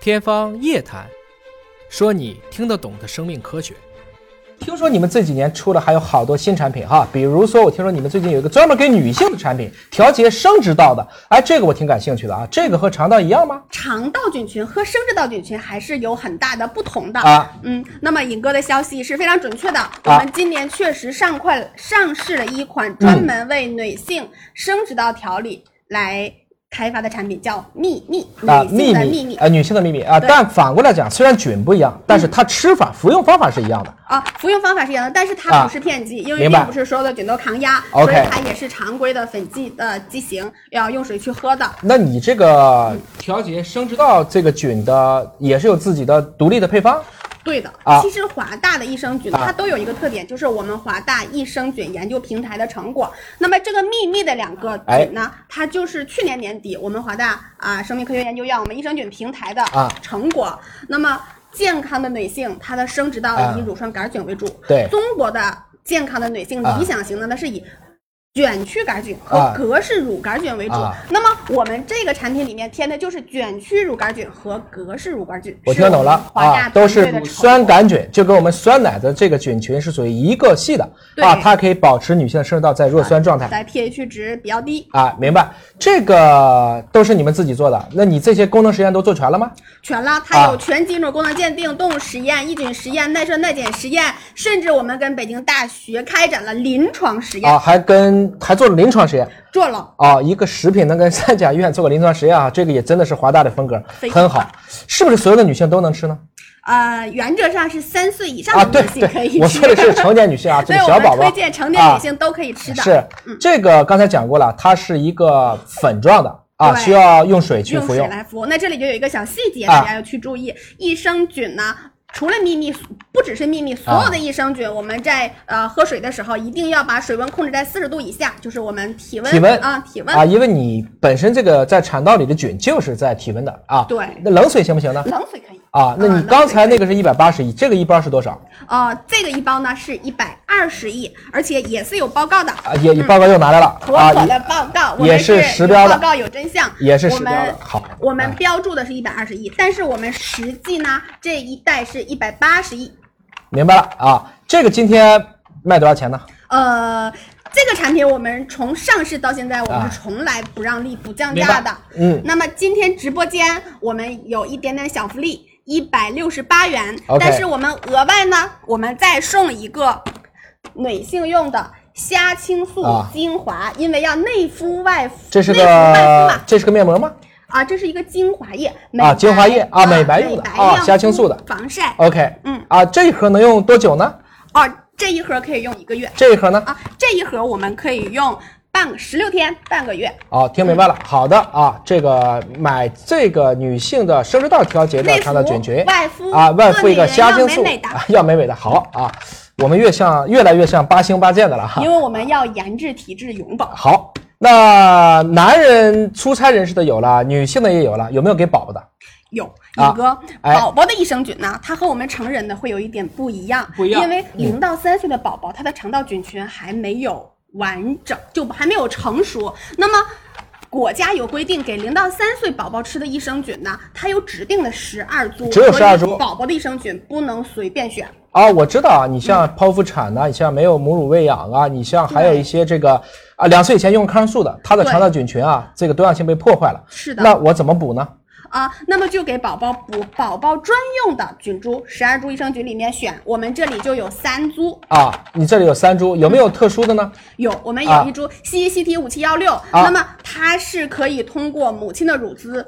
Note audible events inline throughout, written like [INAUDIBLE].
天方夜谭，说你听得懂的生命科学。听说你们这几年出了还有好多新产品哈，比如说我听说你们最近有一个专门给女性的产品，调节生殖道的，哎，这个我挺感兴趣的啊，这个和肠道一样吗？肠道菌群和生殖道菌群还是有很大的不同的。啊，嗯，那么尹哥的消息是非常准确的。我们今年确实上快上市了一款专门为女性生殖道调理来开发的产品，叫秘密，啊，女性的秘秘密啊、女性的秘密啊，对嗯但反过来讲，虽然菌不一样，但是它吃法、服用方法是一样的。啊，服用方法是一样的，但是它啊不是片剂，因为明并白不是所有的菌都抗压，所 OK 以它也是常规的粉剂的剂型，要用水去喝的。那你这个调节生殖道这个菌的，也是有自己的独立的配方对的，啊其实华大的益生菌啊它都有一个特点，就是我们华大益生菌研究平台的成果。那么这个秘密的两个哎菌呢，它就是去年年底我们华大啊生命科学研究院我们益生菌平台的啊成果。那么健康的女性，她的生殖啊道以乳酸杆菌为主。对中国的健康的女性啊理想型呢，它是以卷曲杆菌啊和格氏乳杆菌为主。啊那么我们这个产品里面添的就是卷曲乳杆菌和格氏乳杆菌。我是听懂们了华大啊，都是团队的乳成酸果杆菌，就跟我们酸奶的这个菌群是属于一个系的对啊，它可以保持女性的生殖道在弱酸状态。在 pH 值比较低，啊，明白，这个都是你们自己做的。那你这些功能实验都做全了吗？全了。它啊有全基因种功能鉴定、动物实验、抑菌实验、耐酸耐碱实验，甚至我们跟北京大学开展了临床实验，啊，还跟还做了临床实验做了。啊，一个食品能跟三甲医院做个临床实验啊，这个也真的是华大的风格，非常很好。是不是所有的女性都能吃呢？呃，原则上是三岁以上啊，的对女性可以对，我吃说的是成年女性 [LAUGHS] 啊，这个所以小我宝们宝啊推荐成年女性都可以吃的。嗯是这个刚才讲过了，它是一个粉状的啊，对需要用水去用服水用。来服务。那这里就有一个小细节，啊大家要去注意。益生菌呢，除了秘密，不只是秘密，所有啊的益生菌，我们在呃喝水的时候，一定要把水温控制在四十度以下，就是我们体温体温啊，体温啊，因为你本身这个在产道里的菌就是在体温的啊。对那冷水行不行呢？冷水可以。啊，那嗯你冷刚水才那个是一百八十一，这个一包是多少呃，这个一包呢是一百二十亿，而且也是有报告的，啊？也报告又拿来了嗯妥啊，妥也的报告，我也们是实标有的报告有真相，也是我实标们的。好，我们哎标注的是一百二十亿，但是我们实际呢，这一袋是一百八十亿。明白了啊。这个今天卖多少钱呢？呃，这个产品我们从上市到现在，我啊们是从来不让利、不降价的。嗯，那么今天直播间我们有一点点小福利，一百六十八元 OK 但是我们额外呢，我们再送一个女性用的虾青素啊精华，因为要内敷外敷，这是内敷外敷个嘛。这是个面膜吗啊，这是一个精华液，美啊精华液啊美白白用的美啊虾青素的防晒。 ？OK，嗯，啊，这一盒能用多久呢？哦，这一盒可以用一个月这一盒呢？啊，这一盒我们可以用半十六天，半个月。哦，听明白了。好的啊，这个买这个女性的生殖道调节的内肠道服菌群外敷啊，外敷一个炖美人虾青要素美美的啊， [LAUGHS] 要美美的好啊。我们越像越来越像八星八箭的了哈因。为我们要研制体质永保。好，那男人出差人士的有了，女性的也有了，有没有给宝宝的？有啊宇哥，哎宝宝的益生菌呢，它和我们成人的会有一点不一样，不一样因嗯为零到三岁的宝宝，他的肠道菌群还没有完整，就还没有成熟。那么。国家有规定，给零到三岁宝宝吃的益生菌呢，它有指定的十二株，只有所以12株宝宝的益生菌不能随便选。啊，我知道啊，你像嗯剖腹产呐、你像没有母乳喂养啊，你像还有一些这个啊，两岁以前用抗生素的，它的对肠道菌群啊，这个多样性被破坏了。是的，那我怎么补呢？啊，那么就给宝宝补宝宝专用的菌株，十二株益生菌里面选，我们这里就有三株，啊，你这里有三株，有没有嗯特殊的呢？有我们啊有一株西西体五七幺六，那么它是可以通过母亲的乳汁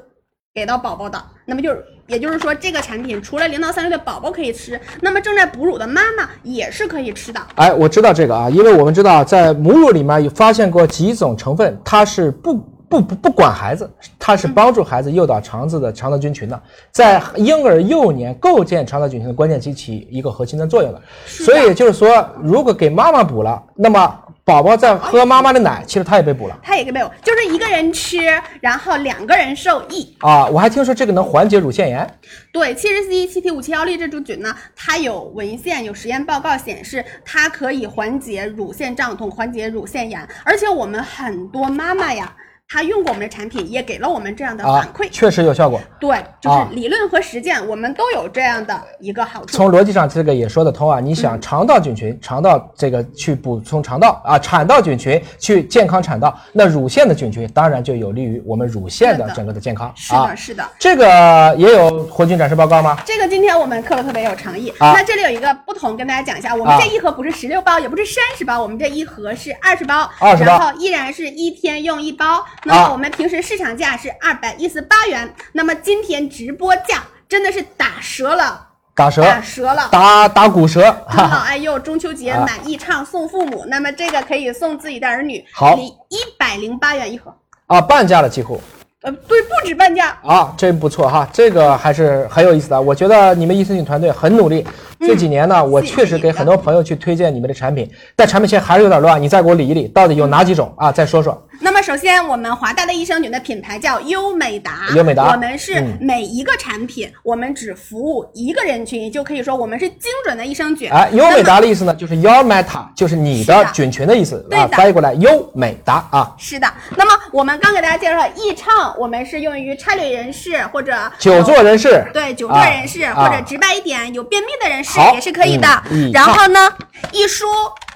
给到宝宝的，那么就是。也就是说，这个产品除了零到三岁的宝宝可以吃，那么正在哺乳的妈妈也是可以吃的。哎，我知道这个啊，因为我们知道在母乳里面有发现过几种成分，它是不不不不管孩子，它嗯是帮助孩子诱导肠子的肠道菌群的，在婴儿幼年构建肠道菌群的关键期起一个核心的作用的。是所以的也就是说，如果给妈妈补了，那么宝宝在喝妈妈的奶，其实他也被补了。它也没有，就是一个人吃，然后两个人受益。啊，我还听说这个能缓解乳腺炎对，其实 C 七 T 五七幺六这株菌呢，它有文献有实验报告显示，它可以缓解乳腺胀痛、缓解乳腺炎，而且我们很多妈妈呀，她用过我们的产品，也给了我们这样的啊反馈。，确实有效果。对，就啊是理论和实践，我们都有这样的一个好处。从逻辑上这个也说得通啊。你嗯想肠道菌群，肠道这个去补充肠道啊，产道菌群去健康产道，那乳腺的菌群当然就有利于我们乳腺的是的整个的健康是啊的，。是的。这个也有活菌展示报告吗？这个今天我们特别特别有诚意。啊那这里有一个不同，跟大家讲一下，我们啊这一盒不是十六包，也不是三十包，我们这一盒是二十包， 20包然后依然是一天用一包。那啊么我们平时市场价是二百一十八元，那么今天直播价真的是打折了，打折，打 [LAUGHS] 折了。打打骨啊折，中哈哈老爱幼，中秋节啊买一唱送父母，那么这个可以送自己的儿女，好一百零八元一盒，啊，半价了几乎。呃，对，不止半价，啊，真不错哈，这个还是很有意思的。我觉得你们易思品团队很努力，嗯这几年呢，我确实给很多朋友去推荐你们的产品，但产品线还是有点乱，你再给我理一理，到底有哪几种啊？再说说。那么，首先我们华大的益生菌的品牌叫优美达，优美达我们是嗯每一个产品，我们只服务一个人群，也就可以说我们是精准的益生菌。哎，优美达的意思呢，就是 your meta，就是你是的的菌群的意思对啊，的翻译过来优美达啊。是的，那么我们刚给大家介绍了益畅，我们是用于差旅人士或者久坐人士，对久坐啊人士，啊或者直白一点，有便秘的人士好也是可以的。嗯益然后呢，益舒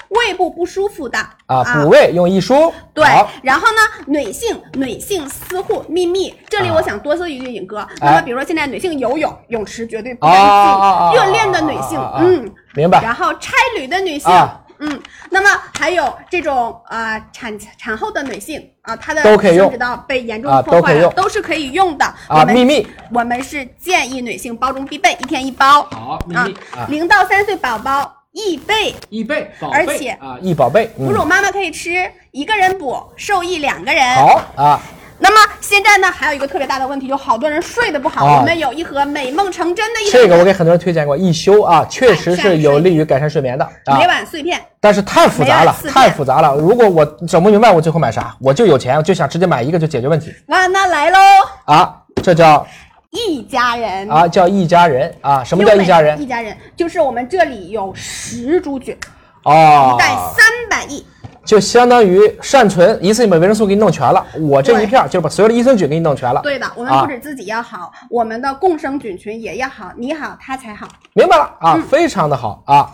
胃部不舒服的啊，补胃用一舒，对好，然后呢，女性女性私护秘密，这里啊我想多说一句，尹哥，哎那么比如说现在女性游泳，泳池绝对不干啊啊啊啊净，热恋的女性啊啊啊，嗯，明白然后差旅的女性啊，嗯，那么还有这种呃产产后的女性啊，她的都可以用生殖道被严重啊破都可坏以了用，都是可以用的啊我们秘密，我们是建议女性包中必备，一天一包好，秘啊密啊，，零到三岁宝宝易备。易贝宝而贝且啊，易宝贝，哺嗯，乳妈妈可以吃，一个人补，受益两个人。好啊，那么现在呢，还有一个特别大的问题，有好多人睡得不好。啊我们有一盒美梦成真的一这个我给很多人推荐过，易修啊，确实改善是有睡利于改善睡眠的啊每。晚碎片，但是太复杂了每晚四，遍太复杂了。如果我整不明白，我最后买啥？我就有钱，我就想直接买一个就解决问题哇，那来喽，啊！这叫一家人。啊，叫一家人啊！什么叫一家人一家人就是我们这里有十株菌，哦带？三百亿，就相当于善存一次性把维生素给你弄全了，我这对一片儿就把所有的益生菌给你弄全了。对的，我们啊不止自己要好，我们的共生菌群也要好，你好他才好。明白了嗯啊，非常的好啊！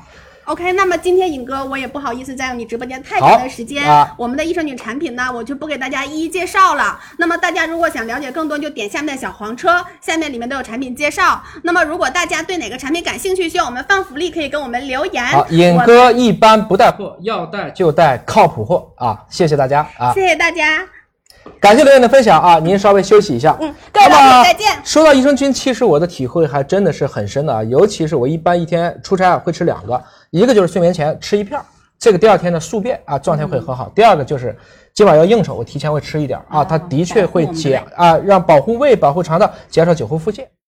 OK，那么今天尹哥，我也不好意思占用你直播间太好长的时间。啊我们的益生菌产品呢，我就不给大家一一介绍了。那么大家如果想了解更多，就点下面的小黄车，下面里面都有产品介绍。那么如果大家对哪个产品感兴趣，需要我们放福利，可以跟我们留言。好，尹哎我，哥一般不带货，货要带就带靠谱货啊！谢谢大家啊！谢谢大家。感谢刘燕的分享啊！您稍微休息一下。嗯，各位那老么铁再见。说到益生菌，其实我的体会还真的是很深的啊，尤其是我一般一天出差啊会吃两个，一个就是睡眠前吃一片儿，这个第二天的宿便啊状态会很好；第二个就是今晚要应酬，我提前会吃一点儿啊，它的确会解啊让保护胃、保护肠道，减少酒后腹泻。